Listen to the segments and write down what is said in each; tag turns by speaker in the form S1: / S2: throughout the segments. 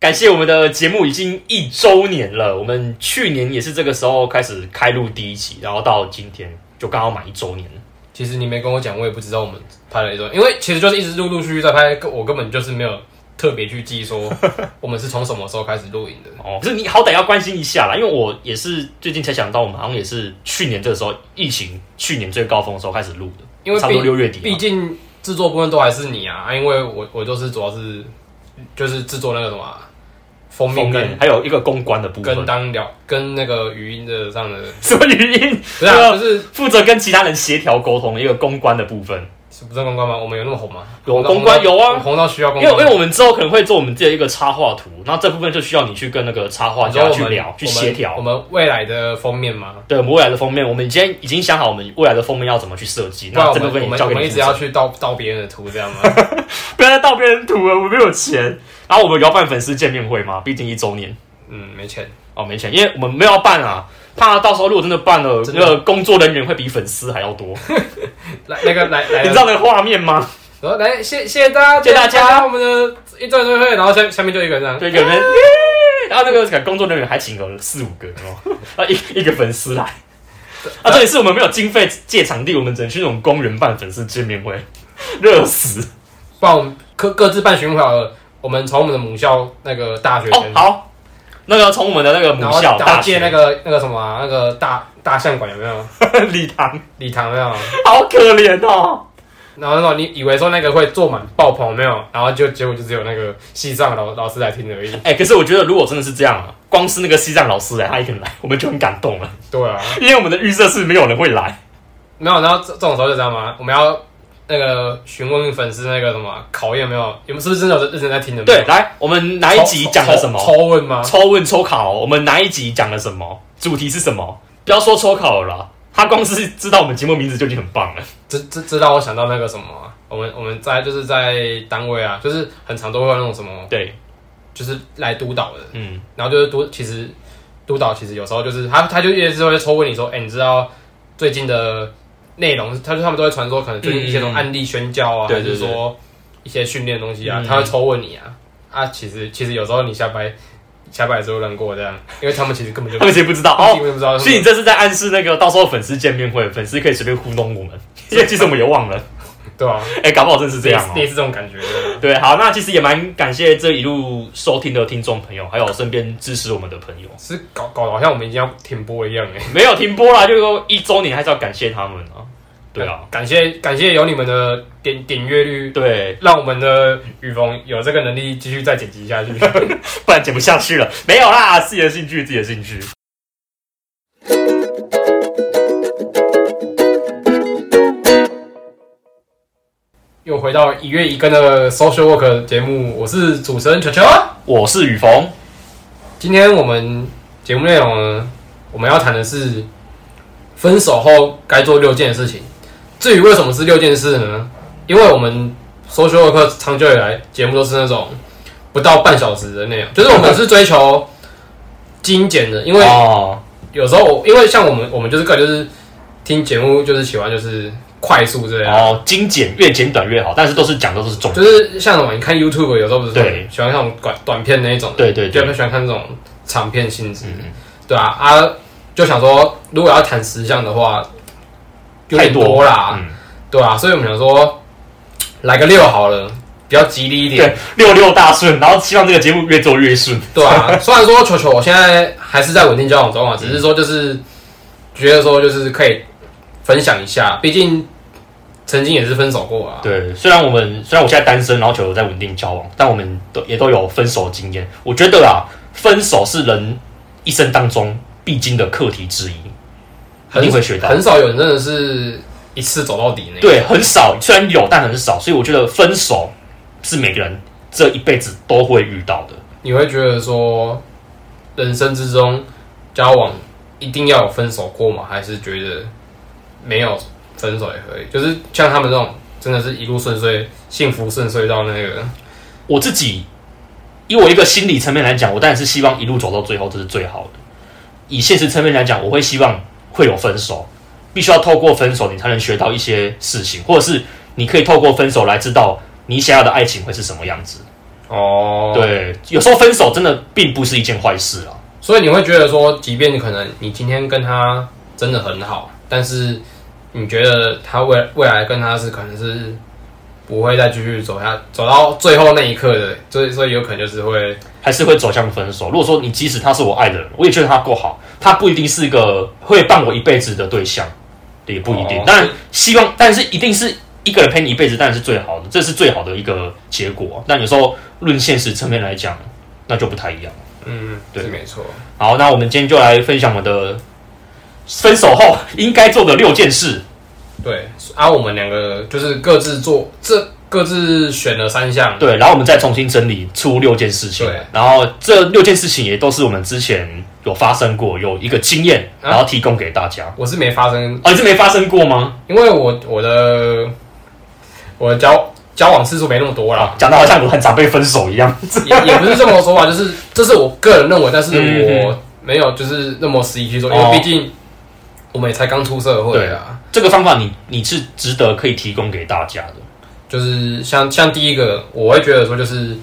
S1: 感谢我们的节目已经一周年了，我们去年也是这个时候开始开录第一期，然后到今天就刚好满一周年了。
S2: 其实你没跟我讲，我也不知道我们拍了一段，因为其实就是一直陆陆续续在拍，根我根本就是没有特别去记说我们是从什么时候开始录影的。
S1: 哦，可是你好歹要关心一下啦，因为我也是最近才想到，我们好像也是去年这个时候疫情去年最高峰的时候开始录的，
S2: 因为
S1: 差不多
S2: 毕
S1: 六月底
S2: 毕
S1: 嘛。
S2: 竟制作部分都还是你啊，啊因为我我就是主要是就是制作那个什么啊、封
S1: 封
S2: 面
S1: 面
S2: 跟
S1: 还有一个公关的部分，
S2: 跟当聊跟那个语音 的上的，
S1: 什么语音？
S2: 不是、啊、就是
S1: 负责跟其他人协调沟通一个公关的部分，
S2: 是不是公关吗？我们有那么红吗？
S1: 有
S2: 红到
S1: 公关
S2: 红到
S1: 有啊
S2: 红到需要公
S1: 因
S2: 关
S1: 为
S2: 吗，
S1: 因为我们之后可能会做我们自己的一个插画图，那这部分就需要你去跟那个插画
S2: 你知道
S1: 家
S2: 我
S1: 去
S2: 们
S1: 聊、去
S2: 我们
S1: 协调
S2: 我。们未来的封面吗？
S1: 对，我们未来的封面，我们已经已经想好我们未来的封面要怎么去设计，
S2: 不然
S1: 那
S2: 我
S1: 这部
S2: 们
S1: 分
S2: 我
S1: 也
S2: 们
S1: 交
S2: 我
S1: 给
S2: 们
S1: 你
S2: 一
S1: 负
S2: 直要
S1: 责。
S2: 去盗盗别人的图，这样吗？
S1: 不要再盗别人图了，我没有钱。然后我们有要办粉丝见面会吗？毕竟一周年
S2: 嗯，没钱。
S1: 哦，没钱，因为我们没有要办啊，怕到时候如果真的办了，
S2: 真的
S1: 那个工作人员会比粉丝还要 多。
S2: 来，那个来来
S1: 你知
S2: 了，
S1: 道那个画面吗？
S2: 然后来谢谢谢大家，
S1: 谢谢大家
S2: 我们的一段对会，然后下下面就一个人这啊样，
S1: 对，有人，然后那个工作人员还请了四五个哦，啊一一个粉丝来。啊，这里是我们没有经费借场地，我们只能去那种公园办粉丝见面会， 热死
S2: 不然我们各各自办巡回好了。我们从我们的母校那个大学
S1: 哦
S2: 先。，
S1: 好，那个从我们的那个母
S2: 然后
S1: 校
S2: 然
S1: 大
S2: 后借
S1: 学
S2: 那个那个什么啊、那个大大象馆有没有？
S1: 个 礼堂，
S2: 礼堂有没有？
S1: 好可怜哦。
S2: 然后那种你以为说那个会坐满爆棚有没有？然后就结果就只有那个西藏老老师来听而已。
S1: 哎、可是我觉得如果真的是这样啊，光是那个西藏老师来，哎他一个人来，我们就很感动了，
S2: 对啊，
S1: 因为我们的预设是没有人会来。
S2: 没有，然后这这种时候就这样吗？我们要那个询问粉丝那个什么啊考验有没有，有没有是不是真的有认真在听的？
S1: 对，，来，我们哪一集讲了什么？
S2: 抽抽问吗？
S1: 抽问抽考，我们哪一集讲了什么？主题是什么？不要说抽考了啦，他光是知道我们节目名字就已经很棒了。
S2: 这这这让我想到那个什么啊、我们我们在就是在单位啊，就是很常都会有那种什么，
S1: 对，
S2: 就是来督导的，
S1: 嗯，
S2: 然后就是督其实督导其实有时候就是他他就一直会抽问你说，哎、你知道最近的内容？他就他们都会传说可能最近一些什么
S1: 嗯
S2: 案例宣教啊，
S1: 对
S2: 还是
S1: 对对
S2: 说一些训练的东西啊，
S1: 嗯
S2: 他会抽问你啊啊，其实其实有时候你下班下班的时候乱过这样，因为他们其实根本就
S1: 他们 其实不知道
S2: 他
S1: 哦
S2: 们 根。本不知道，
S1: 所以你这是在暗示那个到时候粉丝见面会，粉丝可以随便糊弄我们，因为其实我们也忘了，
S2: 对啊，
S1: 哎、搞不好真是这样哦、
S2: 类似这种感觉的。
S1: 对，好，那其实也蛮感谢这一路收听的听众朋友，还有身边支持我们的朋友。
S2: 是搞搞得好像我们已经要停播一样哎。
S1: 没有停播啦，就是说一周年还是要感谢他们啊。对啊，，
S2: 感谢感谢有你们的点点阅率，
S1: 对，
S2: 让我们的雨逢有这个能力继续再剪辑下去。
S1: 不然剪不下去了。没有啦，自己的兴趣，自己的兴趣。
S2: 又回到一月一更的 Social Work 节目，我是主持人球球。
S1: 我是雨逢，
S2: 今天我们节目内容呢，我们要谈的是分手后该做六件事情。至于为什么是六件事呢？因为我们 Social Work 长久以来节目都是那种不到半小时的内容，就是我们是追求精简的，因为
S1: 哦，
S2: 有时候我因为像我们，我们就是个人就是听节目就是喜欢就是快速这样，
S1: 哦，精简越简短越好，但是都是讲的都是重
S2: 就
S1: 点。
S2: 是像什么你看 YouTube 有时候不是
S1: 对
S2: 喜欢看那种短短片那一种，
S1: 对对
S2: 就
S1: 对
S2: 不，喜欢看这种长片性质，
S1: 嗯，
S2: 对啊啊，就想说如果要谈十项的话，有
S1: 太
S2: 点
S1: 多
S2: 多啦，
S1: 嗯，
S2: 对啊，所以我们想说来个六好了，比较吉利一点，
S1: 对，六六大顺，然后希望这个节目越做越顺。
S2: 对啊， 虽然说球球我现在还是在稳定交往
S1: 嗯
S2: 中啊，只是说就是觉得说就是可以分享一下，毕竟曾经也是分手过啊。
S1: 对，虽然我们虽然我现在单身，然后球友在稳定交往，但我们都也都有分手经验。我觉得啊，分手是人一生当中必经的课题之一，一定会学到。
S2: 很少有人真的是一次走到底那个。
S1: 对，很少，虽然有，但很少。所以我觉得分手是每个人这一辈子都会遇到的。
S2: 你会觉得说人生之中交往一定要有分手过吗？还是觉得没有分手也可以？就是像他们这种真的是一路顺遂，幸福顺遂到那个
S1: 我自己以我一个心理层面来讲，我当然是希望一路走到最后，这是最好的。以现实层面来讲，我会希望会有分手，必须要透过分手，你才能学到一些事情，或者是你可以透过分手来知道你想要的爱情会是什么样子。
S2: 哦，，
S1: 对，有时候分手真的并不是一件坏事啊。
S2: 所以你会觉得说，即便可能你今天跟他真的很好，但是你觉得他未未来跟他是可能是不会再继续走下走到最后那一刻的，所以所以有可能就是会
S1: 还是会走向分手。如果说你即使他是我爱的人，我也觉得他够好，他不一定是一个会伴我一辈子的对象，也不一定
S2: 哦。
S1: 当然，希望，但是一定是一个人陪你一辈子，当然是最好的，这是最好的一个结果。但有时候论现实层面来讲，那就不太一样。
S2: 嗯，
S1: 对
S2: 是没错。
S1: 好，那我们今天就来分享我们的分手后应该做的六件事。
S2: 对，啊，我们两个就是各自做这各自选了三项，
S1: 对，然后我们再重新整理出六件事情
S2: 对，
S1: 然后这六件事情也都是我们之前有发生过，有一个经验，
S2: 啊
S1: 然后提供给大家。
S2: 我是没发生，
S1: 哦，你是没发生过吗？
S2: 因为我我的我的交交往次数没那么多啦，
S1: 讲的好像我很常被分手一样。
S2: 也也不是这么说吧，就是这是我个人认为，但是
S1: 嗯
S2: 我没有就是那么实际去做，因
S1: 哦
S2: 为毕竟我们也才刚出社会啊。
S1: 这个方法你你是值得可以提供给大家的。
S2: 就是像像第一个，我会觉得说，就是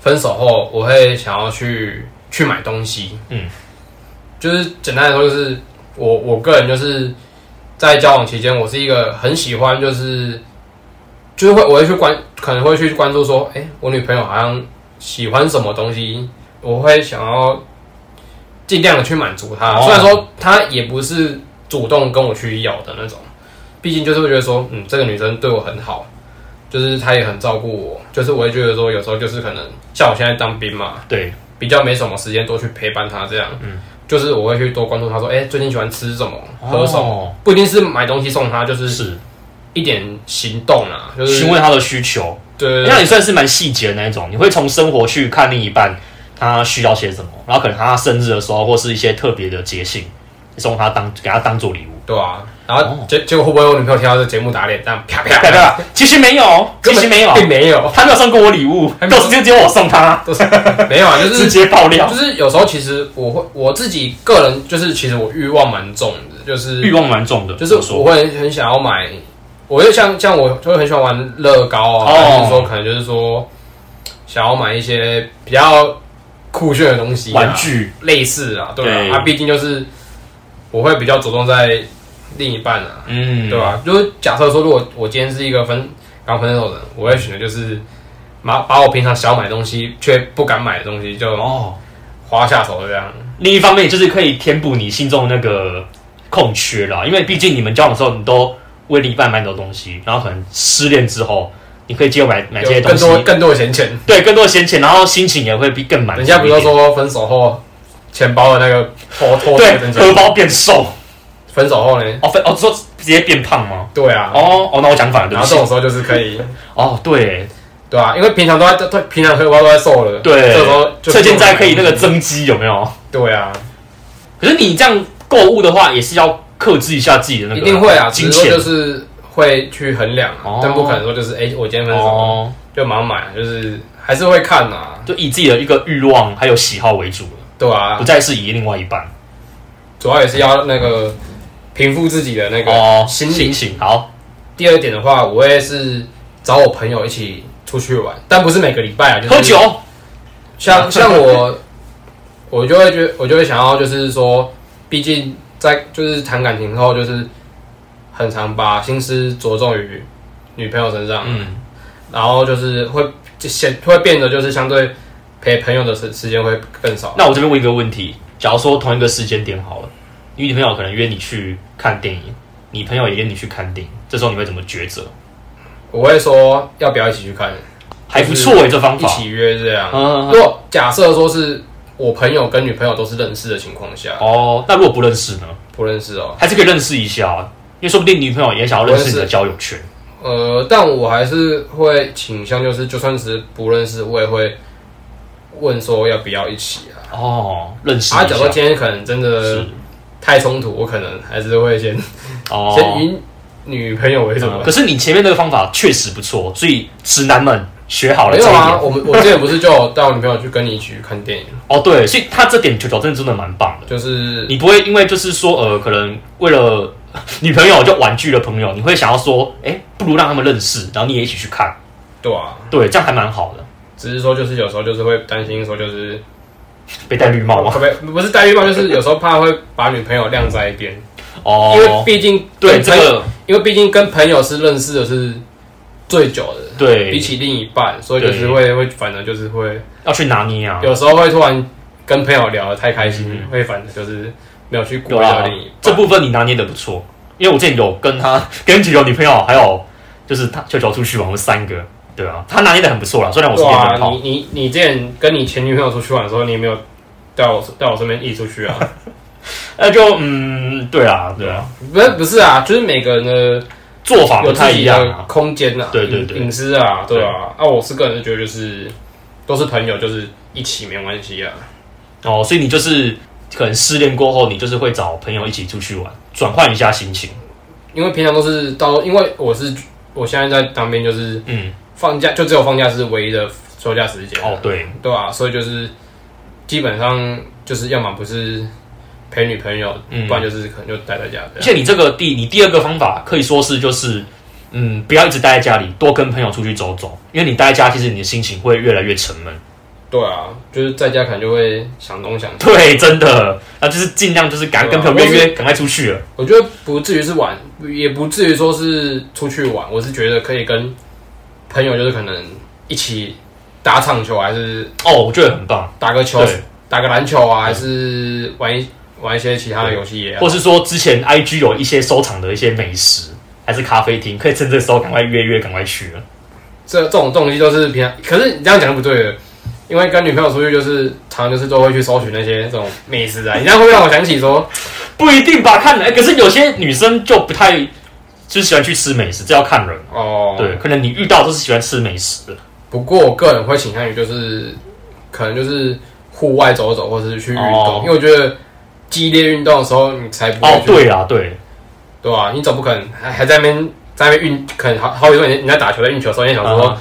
S2: 分手后，我会想要去去买东西。
S1: 嗯，
S2: 就是简单来说，就是我我个人就是在交往期间，我是一个很喜欢，就是就是会我会去关，可能会去关注说，哎、我女朋友好像喜欢什么东西，我会想要尽量的去满足她。
S1: 哦
S2: 虽然说她也不是主动跟我去要的那种，毕竟就是会觉得说，嗯，这个女生对我很好。就是她也很照顾我，就是我会觉得说，有时候就是可能像我现在当兵嘛，
S1: 对，
S2: 比较没什么时间多去陪伴他，这样，
S1: 嗯
S2: 就是我会去多关注他，说，哎、最近喜欢吃什么，喝什么，
S1: 哦
S2: 不一定是买东西送他，就是
S1: 是
S2: 一点行动啊，就是
S1: 询问他的需求，
S2: 对对
S1: 那你算是蛮细节的那一种。你会从生活去看另一半他需要些什么，然后可能他生日的时候或是一些特别的节庆，你送他当给他当做 礼物。
S2: 对啊，然后
S1: 哦
S2: 结、结果会不会我女朋友听到这节目打脸，这样啪啪
S1: 对吧？其实没有，其
S2: 根本
S1: 实没有，啊
S2: 并没有，
S1: 他没有送过我礼物，
S2: 还没
S1: 都
S2: 有
S1: 是直接我送他，
S2: 没 有啊，就
S1: 直
S2: 是
S1: 接爆料
S2: 就。是有时候其实我会我自己个人就是其实我欲望蛮重的，就是
S1: 欲望蛮重的，
S2: 就是
S1: 怎么说
S2: 我会很想要买，我就像像我就会很喜欢玩乐高啊，
S1: 哦
S2: 还是说可能就是说想要买一些比较酷炫的东西、啊
S1: 玩，具
S2: 类似啊，对
S1: 对
S2: 啊，啊，毕竟就是我会比较着重在另一半啊，
S1: 嗯，
S2: 对吧、就是假设说，如果我今天是一个分刚分手的人，我会选择就是把把我平常想要买东西却不敢买的东西就
S1: 哦，
S2: 花下手这样，
S1: 另一方面，就是可以填补你心中的那个空缺啦，因为毕竟你们交往的时候，你都为另一半买很多东西，然后可能失恋之后，你可以接着买买这些
S2: 有
S1: 东
S2: 更
S1: 西，
S2: 多更多的闲钱。
S1: 对更多的闲钱，然后心情也会比更满足
S2: 人
S1: 一点。
S2: 家不是说分手后钱包的那个拖拖
S1: 对
S2: 那个
S1: 荷包变 瘦
S2: 分手后呢？
S1: 哦，分哦，说直接变胖吗？
S2: 对啊，
S1: 哦哦，那我讲反了，对
S2: 然
S1: 不
S2: 后
S1: 起
S2: 这。种时候就是可以，
S1: 哦，对
S2: 对啊，因为平常都在都平常荷包都在瘦了，这时候
S1: 对，
S2: 就
S1: 趁现在可以那个，增肌有没有？
S2: 对啊，
S1: 可是你这样购物的话，也是要克制一下自己的那个
S2: 一定会啊，
S1: 金
S2: 只是说
S1: 钱
S2: 就是会去衡量啊
S1: 哦，
S2: 但不可能说就是哎，我今天分手
S1: 哦，
S2: 就马上买，就是还是会看啊，
S1: 就以自己的一个欲望还有喜好为主了。
S2: 对
S1: 不
S2: 啊，
S1: 再是以另外一半
S2: 主要也是要那个平复自己的那个。
S1: 哦
S2: 心理
S1: 心情好
S2: 第二点的话，我会是找我朋友一起出去玩，但不是每个礼拜啊，就是
S1: 喝酒，
S2: 像像我，我就会觉我就会想要，就是说，毕竟在就是谈感情后，就是很常把心思着重于女朋友身上，
S1: 嗯，
S2: 然后就是会就显会变得就是相对陪朋友的时时间会更少。
S1: 那我这边问一个问题，假如说同一个时间点好了，你女朋友可能约你去看电影，你朋友也约你去看电影，这时候你会怎么抉择？
S2: 我会说要不要一起去看，
S1: 还不错欸诶，这方
S2: 一
S1: 法，
S2: 起约这样。
S1: 嗯
S2: 如果假设说是我朋友跟女朋友都是认识的情况下，
S1: 哦，那如果不认识呢？
S2: 不认识哦，
S1: 还是可以认识一下啊，因为说不定女朋友也想要认识你的交友圈，
S2: 呃，但我还是会倾向，就是就算是不认识，我也会问说要不要一起啊。
S1: 哦，认识
S2: 啊，
S1: 一
S2: 假如说呃
S1: 下
S2: 今天可能真的
S1: 是
S2: 太冲突，我可能还是会先、先
S1: 哦。嗯
S2: 以女朋友为主吧。
S1: 可是你前面那个方法确实不错，所以直男们学好了
S2: 没
S1: 这一
S2: 有
S1: 点
S2: 啊，我们我之前不是就有带我女朋友去跟你一起去看电影，
S1: 哦，对，所以他这点球球真的真的蛮棒的。
S2: 就是
S1: 你不会因为就是说呃，可能为了 女朋友就婉拒了朋友，你会想要说，哎、不如让他们认识，然后你也一起去看，
S2: 对啊，
S1: 对，这样还蛮好的。
S2: 只是说就是有时候就是会担心说就是
S1: 被戴绿帽啊
S2: 会
S1: 吗？
S2: 不会不是戴绿帽，就是有时候怕会把女朋友晾在一边，因为
S1: 哦，
S2: 毕竟
S1: 对
S2: 跟
S1: 这
S2: 朋友
S1: 个，
S2: 因为毕竟跟朋友是认识的是最久的，
S1: 对，
S2: 比起另一半，所以就是
S1: 对
S2: 会会反正就是会
S1: 要去拿捏啊。
S2: 有时候会突然跟朋友聊得太开心，
S1: 嗯
S2: 会反正就是没有去顾
S1: 有
S2: 虑
S1: 啦
S2: 到另一，
S1: 啊这
S2: 半。
S1: 部分你拿捏的不错，因为我之前有跟他、跟几个女朋友，还有就是他球球出去玩，我们三个，对啊，他拿捏的很不错啦。虽然我是
S2: 对
S1: 电灯
S2: 啊，
S1: 泡
S2: 你，你你之前跟你前女朋友出去玩的时候，你有没有带我带我身边一起出去啊？
S1: 那就嗯，对啊，对啊，
S2: 不是不是啊，就是每个人的
S1: 做法不
S2: 有
S1: 太
S2: 自
S1: 一
S2: 己
S1: 样
S2: 的
S1: 啊。
S2: 空间啊，
S1: 对对对
S2: 隐私啊，对啊。啊，我是个人是觉得就是都是朋友，就是一起没关系啊。
S1: 哦，所以你就是可能失恋过后，你就是会找朋友一起出去玩，转换一下心情。
S2: 因为平常都是到，因为我是我现在在当兵，就是
S1: 嗯，
S2: 放假就只有放假是唯一的休假时间、
S1: 哦，对，
S2: 对啊，所以就是基本上就是要么不是陪女朋友，
S1: 嗯
S2: 不然就是可能就待在家这
S1: 而
S2: 样。
S1: 且你这个第你第二个方法可以说是就是，嗯，不要一直待在家里，多跟朋友出去走走，因为你待在家，其实你的心情会越来越沉闷。
S2: 对啊，就是在家可能就会想东想西，
S1: 对，真的，那就是尽量就是赶快跟朋友约
S2: 我
S1: 约，赶快出去了。
S2: 我觉得不至于是玩，也不至于说是出去玩，我是觉得可以跟朋友就是可能一起打场球，还是
S1: 哦，我觉得很棒，
S2: 打个球，
S1: 对，
S2: 打个篮球啊，还是玩一玩一些其他的游戏也好
S1: 或是说之前 IG 有一些收藏的一些美食，还是咖啡厅，可以趁这时候赶快约约，赶快去了。
S2: 这这种东西都是平常，可是你这样讲就不对了，因为跟女朋友出去就是常常就是都会去搜寻那些这种美食啊，你这样会不会让我想起说，
S1: 不一定吧，看人、哎可是有些女生就不太，就是喜欢去吃美食，这要看人。
S2: 哦，
S1: 对，。可能你遇到都是喜欢吃美食的。
S2: 不过我个人会倾向于就是，可能就是户外走走，或者是去运动，
S1: 哦
S2: 因为我觉得激烈运动的时候你才不会
S1: 哦，
S2: 去
S1: 对啊，对，
S2: 对吧、你总不可能还还在那边在那边运，可能好好比说你你在打球在运球的时候，你也想说、
S1: 嗯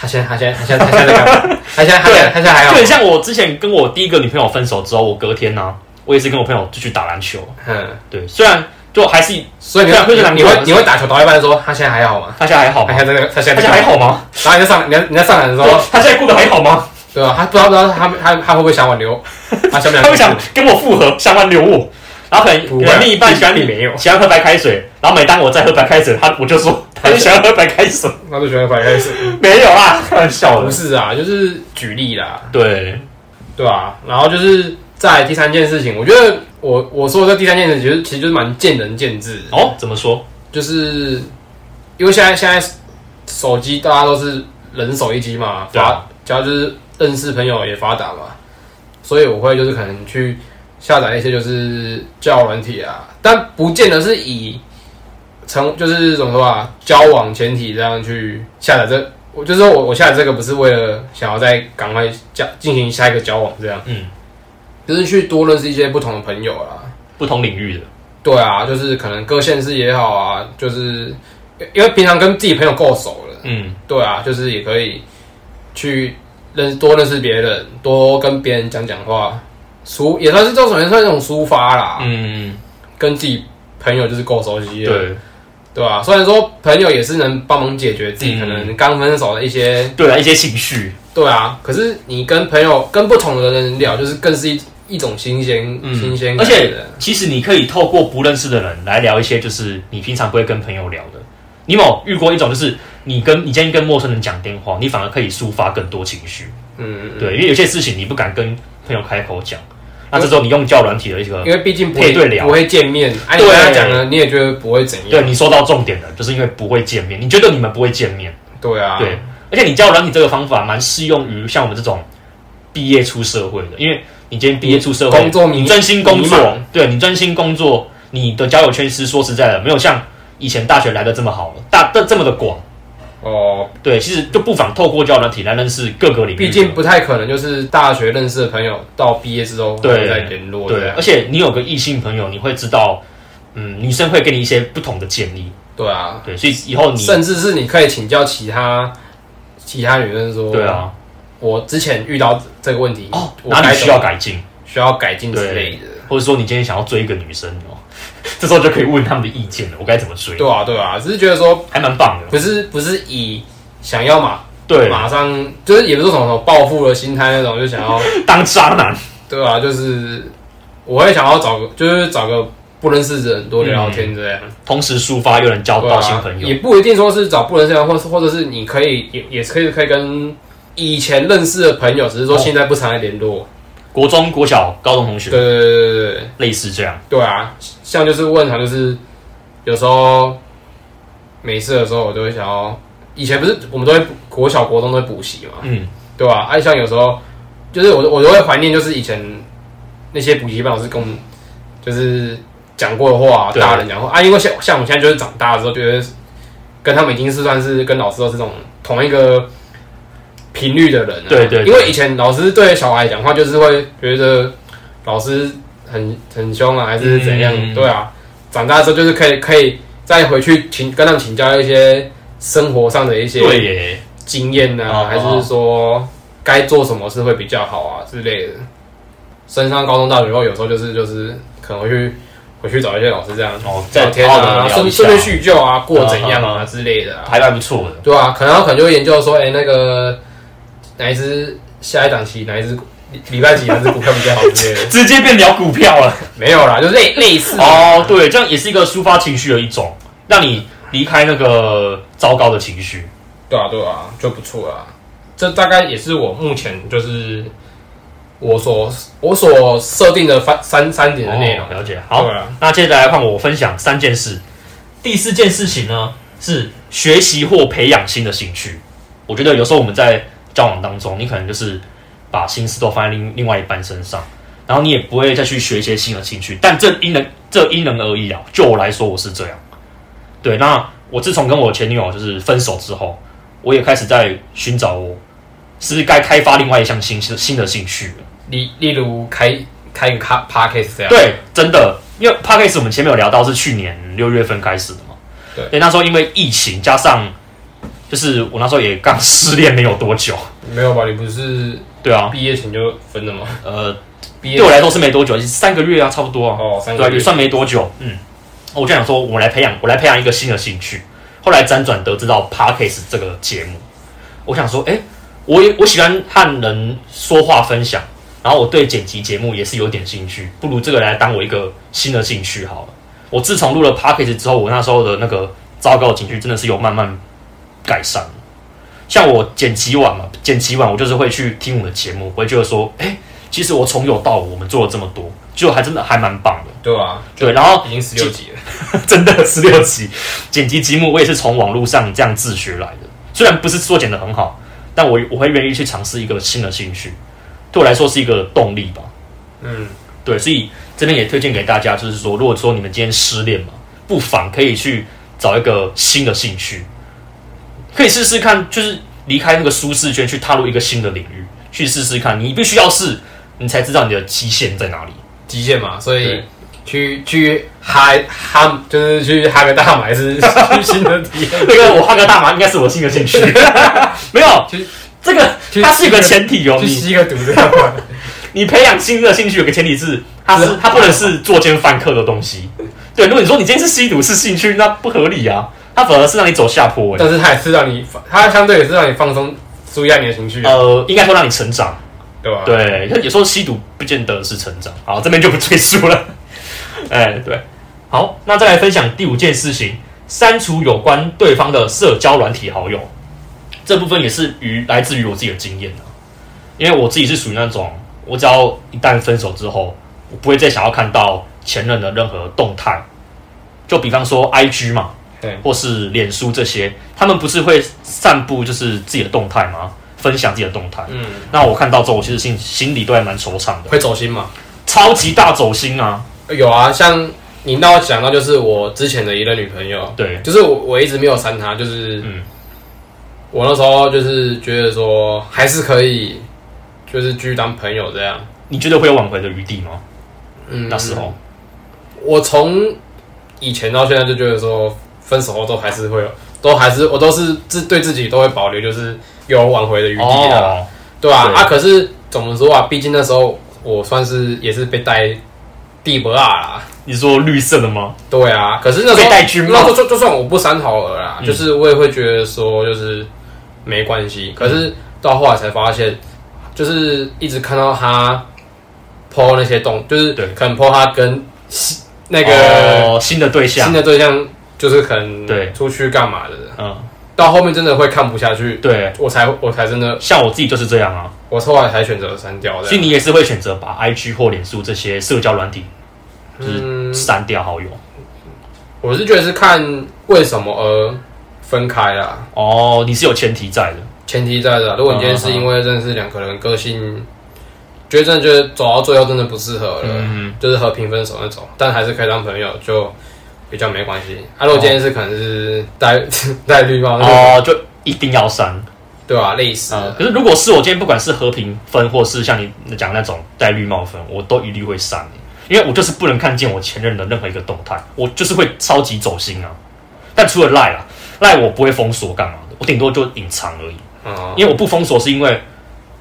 S2: 他现在他现在他现在他现在在干嘛？他现在他现在他现在还
S1: 就
S2: 好
S1: 很像我之前跟我第一个女朋友分手之后，我隔天呢、啊我也是跟我朋友就去打篮球。
S2: 嗯，
S1: 对，虽然就还是
S2: 所以你
S1: 对啊会
S2: 会
S1: 去打
S2: 你
S1: 球
S2: 会你会打球打到一半说他现在还好吗？
S1: 他现在还好
S2: 他
S1: 吗？
S2: 现在在他现
S1: 他现
S2: 在
S1: 在
S2: 在干嘛
S1: 还好哦吗？啊
S2: 然后你在上，你在你在上来的时候，
S1: 他现在过得还好 吗？
S2: 对啊吧、他不知道不知道他他他会不会想挽留，他想不想？
S1: 他会想跟我复合，想挽留我。然后可能
S2: 不
S1: 可
S2: 会啊
S1: 能另一半喜欢
S2: 并并没有
S1: 喜欢喝白开水，然后每当我在喝白开水，他我就 说他就想要喝白开水，
S2: 那就喜欢白开始。
S1: 没有 啦，开玩笑
S2: 不
S1: 的。
S2: 是啊，就是举例啦，
S1: 对，
S2: 对吧、然后就是在第三件事情，我觉得我我说的这第三件事情，其实其实就是蛮见仁见智的，
S1: 哦，怎么说？
S2: 就是因为现在现在手机大家都是人手一机嘛，
S1: 对
S2: 发
S1: 啊
S2: 主要就是认识朋友也发达嘛，所以我会就是可能去下载一些就是交友软体啊，但不见得是以成就是怎么说啊，交往前提这样去下载这。我就是说我我下载这个不是为了想要再赶快交进行下一个交往这样，
S1: 嗯，
S2: 就是去多认识一些不同的朋友啊啦。
S1: 不同领域的，
S2: 对啊，就是可能各县市也好啊，就是因为平常跟自己朋友够熟了，
S1: 嗯，
S2: 对啊，就是也可以去认多认识别人，多跟别人讲讲话，抒也算是这种也算是一种抒发啦。
S1: 嗯，
S2: 跟自己朋友就是够熟悉了，
S1: 对
S2: 对啊，虽然说朋友也是能帮忙解决自己可能刚分手的一些，
S1: 对啊，一些情绪，
S2: 对啊，可是你跟朋友跟不同的人聊，就是更是一一种新鲜、
S1: 嗯
S2: 新鲜
S1: 而
S2: 感的，
S1: 且其实你可以透过不认识的人来聊一些，就是你平常不会跟朋友聊的。你有没有遇过一种，就是你跟你今天跟陌生人讲电话，你反而可以抒发更多情绪？
S2: 嗯，
S1: 对，因为有些事情你不敢跟朋友开口讲，那这时候你用交友软体的一个
S2: 因，为毕竟不会
S1: 配嗯对聊
S2: 不会见面，哎、你
S1: 对
S2: 跟他讲了，你也觉得不会怎样，
S1: 对你说到重点了，就是因为不会见面，你觉得你们不会见面，
S2: 对啊，
S1: 对，而且你交友软体这个方法蛮适用于像我们这种毕业出社会的，因为你今天毕业出社会，
S2: 工作迷
S1: 你专心工
S2: 迷
S1: 作
S2: 茫，
S1: 对你专心工作，你的交友圈是说实在的，没有像以前大学来的这么好了，大这这么的广，
S2: 哦，
S1: 对，其实就不妨透过交友软体来认识各个领域的，
S2: 毕竟不太可能就是大学认识的朋友到毕业之后
S1: 对
S2: 还在联络这
S1: 对，
S2: 样
S1: 而，且你有个异性朋友，你会知道，嗯，女生会给你一些不同的建议，
S2: 对啊，
S1: 对，所以以后你
S2: 甚至是你可以请教其他其他女生说，
S1: 对，啊，
S2: 我之前遇到这个问题，
S1: 哦，
S2: 我
S1: 哪
S2: 该
S1: 里
S2: 怎
S1: 需
S2: 么
S1: 要改进，
S2: 需要改进之
S1: 对
S2: 类的，
S1: 或者说你今天想要追一个女生哦， 这时候就可以问他们的意见了，我该怎么追，
S2: 对啊，对啊，只是觉得说
S1: 还蛮棒的。
S2: 不是不是以想要嘛
S1: 对，
S2: 马上就是也不是说什么报复的心态那种，就想要
S1: 当渣男，
S2: 对啊，就是我会想要找个，就是找个不认识的人多聊聊天这样，
S1: 同时抒发又能交
S2: 对
S1: 到
S2: 啊，
S1: 嗯新朋
S2: 也
S1: 友，
S2: 不一定说是找不认识的人，或是或者是你可以也也是可以可以跟以前认识的朋友，只是说
S1: 哦
S2: 现在不常来联络。
S1: 国中、国小、高中同
S2: 对
S1: 学
S2: 对对对对对
S1: 类似这样，
S2: 对啊，像就是问他，就是有时候没事的时候，我就会想要，以前不是我们都会补国小国中都会补习嘛，
S1: 嗯，
S2: 对吧、啊？像有时候就是我我都会怀念，就是以前那些补习班老师跟我们就是讲过的话，
S1: 对
S2: 大人讲话啊，因为像像我现在就是长大之后，觉得跟他们已经是算是跟老师都是这种同一个频率的人、啊，
S1: 对对对
S2: 因为以前老师对小孩讲话就是会觉得老师很很凶啊，还是怎样，
S1: 嗯
S2: 对啊，长大之后就是可以可以再回去请跟他们请教一些生活上的一些
S1: 对耶，
S2: 经验呢、
S1: 哦
S2: 还是说该做什么事会比较好啊之类的。升上高中、大学后，有时候就是就是可能会去回去找一些老师这样
S1: 哦，再
S2: 聊天
S1: 好好
S2: 啊，
S1: 的聊一
S2: 顺
S1: 下
S2: 顺，便叙旧啊，过怎样
S1: 嗯嗯
S2: 啊之类的、啊，
S1: 还蛮不错的，，
S2: 对啊，可能他可能就会研究说，哎、那个哪一只下一档期哪一只礼礼拜几哪只股票比较好之类 的
S1: 直接变聊股票 了。
S2: 没有啦，就类类似啊
S1: 哦，对，这样也是一个抒发情绪的一种，让你离开那个糟糕的情绪。
S2: 对啊，对啊，就不错啦。这大概也是我目前就是我所我所设定的三三三点的内容
S1: 哦。了解。好
S2: 对啊，
S1: 那接下来换我分享三件事。第四件事情呢是学习或培养新的兴趣。我觉得有时候我们在交往当中，你可能就是把心思都放在另另外一半身上，然后你也不会再去学一些新的兴趣。但这因人这因人而异啊。就我来说，我是这样。对，那我自从跟我前女友就是分手之后，我也开始在寻找我是不是该开发另外一项新新的兴趣了。
S2: 例例如开开一个咖 podcast 这样。
S1: 对，啊真的，因为 p a c k a g e 我们前面有聊到是去年六月份开始的嘛。
S2: 对
S1: 那时候因为疫情加上，就是我那时候也刚失恋没有多久。
S2: 没有吧？你不是
S1: 对啊，
S2: 毕业前就分了吗？
S1: 呃，
S2: 毕业
S1: 对我来说是没多久，三个月啊，差不多啊。
S2: 哦，三
S1: 对、啊，
S2: 个
S1: 也
S2: 月。
S1: 算没多久。嗯，我就想说，我来培养，我来培养一个新的兴趣。后来辗转得知到 Parkes 这个节目，我想说，哎、我也我喜欢和人说话分享，然后我对剪辑节目也是有点兴趣，不如这个来当我一个新的兴趣好了。我自从录了 Parkes 之后，我那时候的那个糟糕的情绪真的是有慢慢改善。像我剪辑完嘛，剪辑完我就是会去听我的节目，我会觉得说，哎、其实我从有到无，我们做了这么多，就还真的还蛮棒的。
S2: 对啊，
S1: 对，然后
S2: 已经十六集了。
S1: 真的十六集剪辑节目，我也是从网络上这样自学来的。虽然不是说剪得很好，但我我会愿意去尝试一个新的兴趣，对我来说是一个动力吧。
S2: 嗯，
S1: 对，所以这边也推荐给大家，就是说，如果说你们今天失恋嘛，不妨可以去找一个新的兴趣，可以试试看，就是离开那个舒适圈，去踏入一个新的领域，去试试看。你必须要试，你才知道你的极限在哪里。
S2: 极限嘛，所以
S1: 对
S2: 去去嗨哈，就是去哈个 大买是是新的 体验。
S1: 那个我画个大麻应该是我新的兴趣， 没有
S2: 其实，
S1: 这个
S2: 其实
S1: 它是一个前提哦。
S2: 去
S1: 你
S2: 吸个毒这样吧。
S1: 你培养新的兴趣有个前提是，它是
S2: 是啊
S1: 它不能是作奸犯科的东西。对，如果你说你今天是吸毒是兴趣，那不合理啊，它反而是让你走下坡、欸。
S2: 但是它也是让你放，它相对也是让你放松，舒压你的情绪，啊
S1: 呃，应该说让你成长。
S2: 对吧？
S1: 对，有时候吸毒不见得是成长。好，这边就不赘述了。 哎，对，好，那再来分享第五件事情，删除有关对方的社交软体好友。这部分也是于来自于我自己的经验啊，因为我自己是属于那种，我只要一旦分手之后，我不会再想要看到前任的任何动态。就比方说 I G 嘛，
S2: 对
S1: 或是脸书这些，他们不是会散布就是自己的动态吗？分享自己的动态，
S2: 嗯，
S1: 那我看到之后，我其实心心里都还蛮惆怅的，
S2: 会走心嘛？
S1: 超级大走心啊！
S2: 有啊，像你让我想到就是我之前的一个女朋友，
S1: 对，
S2: 就是我我一直没有删她，就是
S1: 嗯
S2: 我那时候就是觉得说还是可以，就是继续当朋友这样。
S1: 你觉得会有挽回的余地吗？
S2: 嗯
S1: 那时候，
S2: 我从以前到现在就觉得说，分手后都还是会有，都还是我都是自对自己都会保留，就是有挽回的余地的啊。
S1: 哦，
S2: 对啊，
S1: 对
S2: 啊，可是怎么说啊？毕竟那时候我算是也是被带地博啊啦，
S1: 你说绿色的吗？
S2: 对啊。可是那时
S1: 被
S2: 候
S1: 戴军帽嗯
S2: 那时候就就算我不删好了啦，就是我也会觉得说，就是没关系。可
S1: 嗯
S2: 是到后来才发现，就是一直看到他 PO 那些动，就是
S1: 对
S2: 可能 PO 他跟新那个
S1: 哦新的对象
S2: 新，的对象，就是可能
S1: 对
S2: 出去干嘛的，
S1: 嗯，
S2: 到后面真的会看不下去，
S1: 对，
S2: 我才我才真的，
S1: 像我自己就是这样啊，
S2: 我后来才选择删掉的。
S1: 所以你也是会选择把 IG 或脸书这些社交软体
S2: 嗯
S1: 就是删掉好友
S2: 我是觉得是看为什么而分开啦。
S1: 哦，你是有前提在的，
S2: 前提在的啊。如果你今天是因为认识两个人个性，觉得真的觉得走到最后真的不适合了，
S1: 嗯
S2: 就是和平分手那种，但还是可以当朋友，就比较没关系。啊，如果今天是可能是戴 戴绿帽那种，
S1: 哦，就一定要删。
S2: 对吧、类似
S1: 嗯
S2: 的，
S1: 可是如果是我今天不管是和平分，或是像你讲那种戴绿帽分，我都一律会删、因为我就是不能看见我前任的任何一个动态，我就是会超级走心啊。但除了赖啦，啊赖我不会封锁干嘛的，我顶多就隐藏而已。
S2: 嗯，
S1: 因为我不封锁是因为，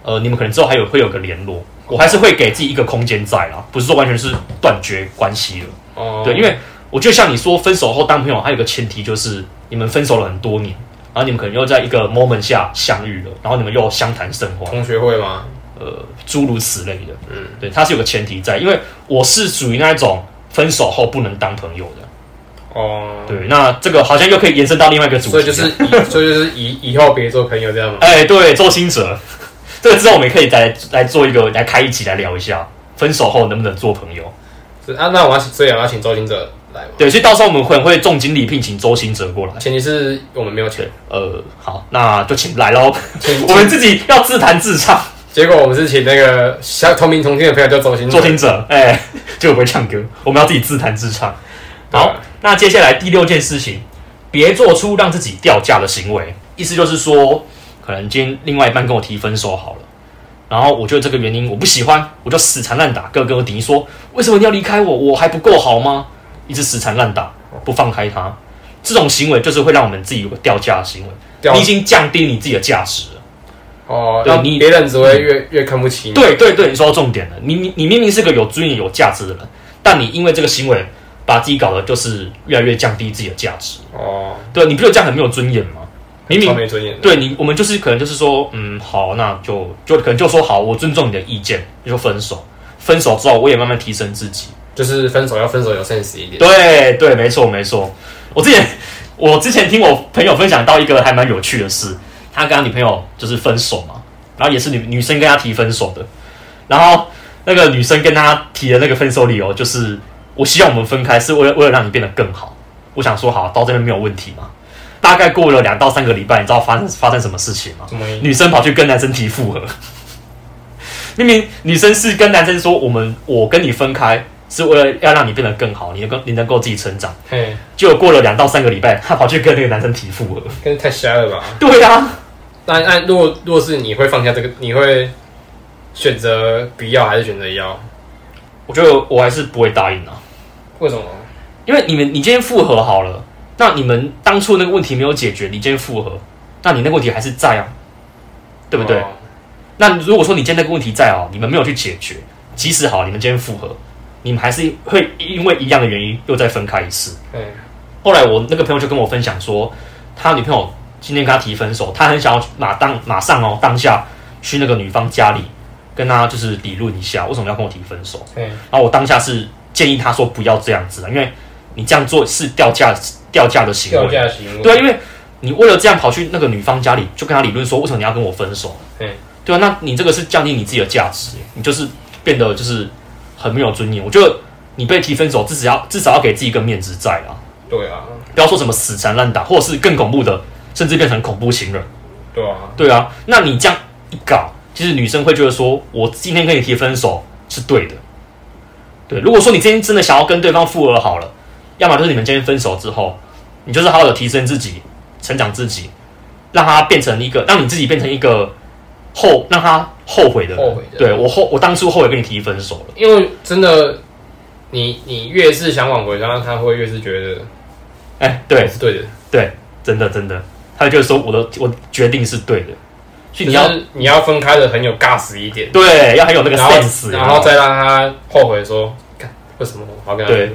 S1: 呃，你们可能之后还有会有个联络，我还是会给自己一个空间在啦，不是说完全是断绝关系了。
S2: 哦
S1: 对，因为我觉得像你说分手后当朋友，还有一个前提就是你们分手了很多年，然后你们可能又在一个 moment 下相遇了，然后你们又相谈甚欢，
S2: 同学会嘛，
S1: 呃，诸如此类的。
S2: 嗯，
S1: 对，它是有个前提在，因为我是属于那一种分手后不能当朋友的。
S2: 哦，
S1: 对，那这个好像又可以延伸到另外一个主题，啊
S2: 所以就是以，所以就是以以后别做朋友这样嘛。
S1: 哎、对，周星哲， 这个之后我们也可以再来来做一个来开一集来聊一下，分手后能不能做朋友？
S2: 是啊，那我要所以我要请周星哲来嘛。
S1: 对，所以到时候我们会会重金礼聘请周星哲过来。
S2: 前提是我们没有钱，
S1: 呃，好，那就请来喽。
S2: 请
S1: 我们自己要自弹自唱，
S2: 结果我们是请那个像同名同姓的朋友叫周星哲
S1: 做听者，哎、 就不会唱歌，我们要自己自弹自唱。
S2: 对
S1: 好，那接下来第六件事情，别做出让自己掉价的行为。意思就是说，可能今天另外一半跟我提分手好了，然后我觉得这个原因我不喜欢，我就死缠烂打，哥跟我顶说，为什么你要离开我？我还不够好吗？一直死缠烂打，不放开他，这种行为就是会让我们自己有个掉价的行为。
S2: 掉
S1: 你已经降低你自己的价值了。
S2: 哦，
S1: 对
S2: 让
S1: 你嗯
S2: 别人只会越越看不起你。
S1: 对对对，你说到重点了。你你你明明是个有尊严、有价值的人，但你因为这个行为，把自己搞得就是越来越降低自己的价值。
S2: 哦，
S1: 对，啊你不就这样很没有尊严吗？明
S2: 超
S1: 明
S2: 没尊严的。
S1: 对你，我们就是可能就是说，嗯，好，那就就可能就说好，我尊重你的意见，就分手。分手之后，我也慢慢提升自己。
S2: 就是分手要分手有 sense 一点。
S1: 对对，没错没错。我之前我之前听我朋友分享到一个还蛮有趣的事，他跟他女朋友就是分手嘛，然后也是女女生跟他提分手的，然后那个女生跟他提的那个分手理由就是我希望我们分开是为了为了让你变得更好。我想说好到这边没有问题嘛。大概过了两到三个礼拜，你知道发生发生什么事情吗？
S2: 什么意思
S1: 女生跑去跟男生提复合。明明女生是跟男生说，我们我跟你分开是为了要让你变得更好，你能够你能够自己成长。
S2: 嘿，
S1: 结果过了两到三个礼拜，她跑去跟那个男生提复合。
S2: 跟太瞎了吧？
S1: 对啊，
S2: 那那如果如果是你会放下这个，你会选择不要还是选择要？
S1: 我觉得我还是不会答应啊，
S2: 为什么？
S1: 因为你们你今天复合好了，那你们当初那个问题没有解决，你今天复合，那你那个问题还是在啊，对不对？
S2: 哦
S1: 那如果说你今天那个问题在哦，你们没有去解决，即使好你们今天复合，你们还是会因为一样的原因又再分开一次。
S2: 嘿，
S1: 后来我那个朋友就跟我分享说，他女朋友今天跟他提分手，他很想要马当马上哦当下去那个女方家里跟他就是理论一下，为什么要跟我提分手？
S2: 嘿，
S1: 然后我当下是建议他说不要这样子啊，因为你这样做是掉价掉价的行
S2: 掉
S1: 为，
S2: 价行为。
S1: 对啊，因为你为了这样跑去那个女方家里就跟他理论说，为什么你要跟我分手？
S2: 嘿，
S1: 对啊，那你这个是降低你自己的价值，你就是变得就是很没有尊严。我觉得你被提分手，至少要至少要给自己一个面子在啊，
S2: 对啊，
S1: 不要说什么死缠烂打，或者是更恐怖的，甚至变成恐怖情人。
S2: 对啊，
S1: 对啊，那你这样一搞，其实女生会觉得说，我今天跟你提分手是对的。对，如果说你今天真的想要跟对方复合好了，要么就是你们今天分手之后，你就是好好的提升自己，成长自己，让他变成一个，让你自己变成一个后，让他后悔的人。
S2: 后悔的
S1: 对我后，我当初后悔跟你提分手了。
S2: 因为真的，你你越是想挽回他，他会越是觉得
S1: 哎、对
S2: 是对的。
S1: 对，真的真的，他就是说我的我决定是对的，所以你要、
S2: 就是你要分开的很有 gas 一点，
S1: 对要很有那个
S2: 然后
S1: sense，
S2: 然后再让他后悔说，干为什么我要跟他
S1: 对，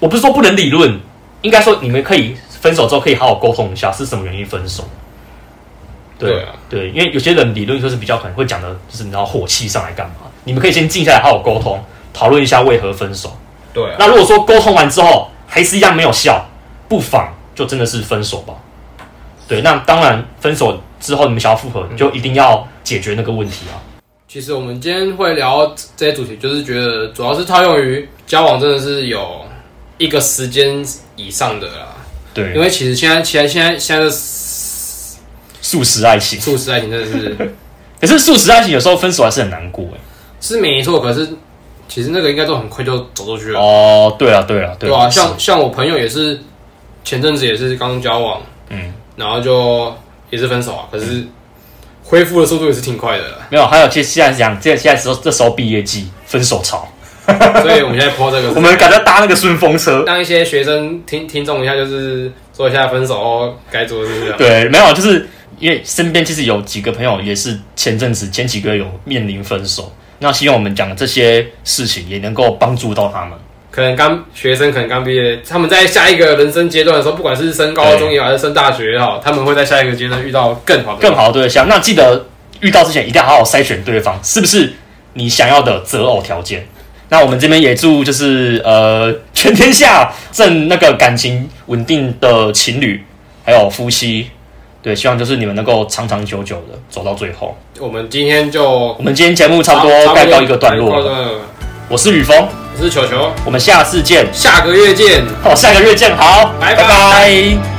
S1: 我不是说不能理论，应该说你们可以分手之后可以好好沟通一下是什么原因分手。
S2: 对啊
S1: 对，因为有些人理论就是比较可能会讲的，就是你知道火气上来干嘛？你们可以先静下来好好沟通，讨论一下为何分手。
S2: 对啊，
S1: 那如果说沟通完之后还是一样没有效，不妨就真的是分手吧。对，那当然分手之后你们想要复合，
S2: 嗯
S1: 就一定要解决那个问题啊。
S2: 其实我们今天会聊这些主题，就是觉得主要是套用于交往，真的是有一个时间以上的啦。因
S1: 对，
S2: 为其实现在，现在，现在，现在的
S1: 素食爱情，
S2: 素食爱情真 的是
S1: 可是素食爱情有时候分手还是很难过哎、
S2: 是没错，可是其实那个应该都很快就走出去了，
S1: 哦，对了对了对
S2: 对吧、像像我朋友也是，前阵子也是刚交往，
S1: 嗯，
S2: 然后就也是分手啊，可是恢复的速度也是挺快的啦，
S1: 没有，还有其实现在讲，现在现在时候这时候毕业季，分手潮，
S2: 所以我们现在 抛这个
S1: 我，们赶快搭那个顺风车。
S2: 让一些学生听听众一下，就是说一下分手后该做的事情啊。
S1: 对，没有，就是因为身边其实有几个朋友也是前阵子前几个月有面临分手，那希望我们讲的这些事情也能够帮助到他们。
S2: 可能刚学生，可能刚毕业，他们在下一个人生阶段的时候，不管是升高中也好，还是升大学也好，他们会在下一个阶段遇到更好的
S1: 更好的对象。那记得遇到之前一定要好好筛选对方，是不是你想要的择偶条件？那我们这边也祝就是呃 全天下正那个感情稳定的情侣还有夫妻，对，希望就是你们能够长长久久的走到最后。
S2: 我们今天就
S1: 我们今天节目差不多该告一个段落
S2: 告一
S1: 了，
S2: 段落
S1: 我是雨峰，
S2: 我是球球，
S1: 我们下次见，
S2: 下个月见。
S1: 好，下个月见，好，
S2: 拜拜
S1: 拜拜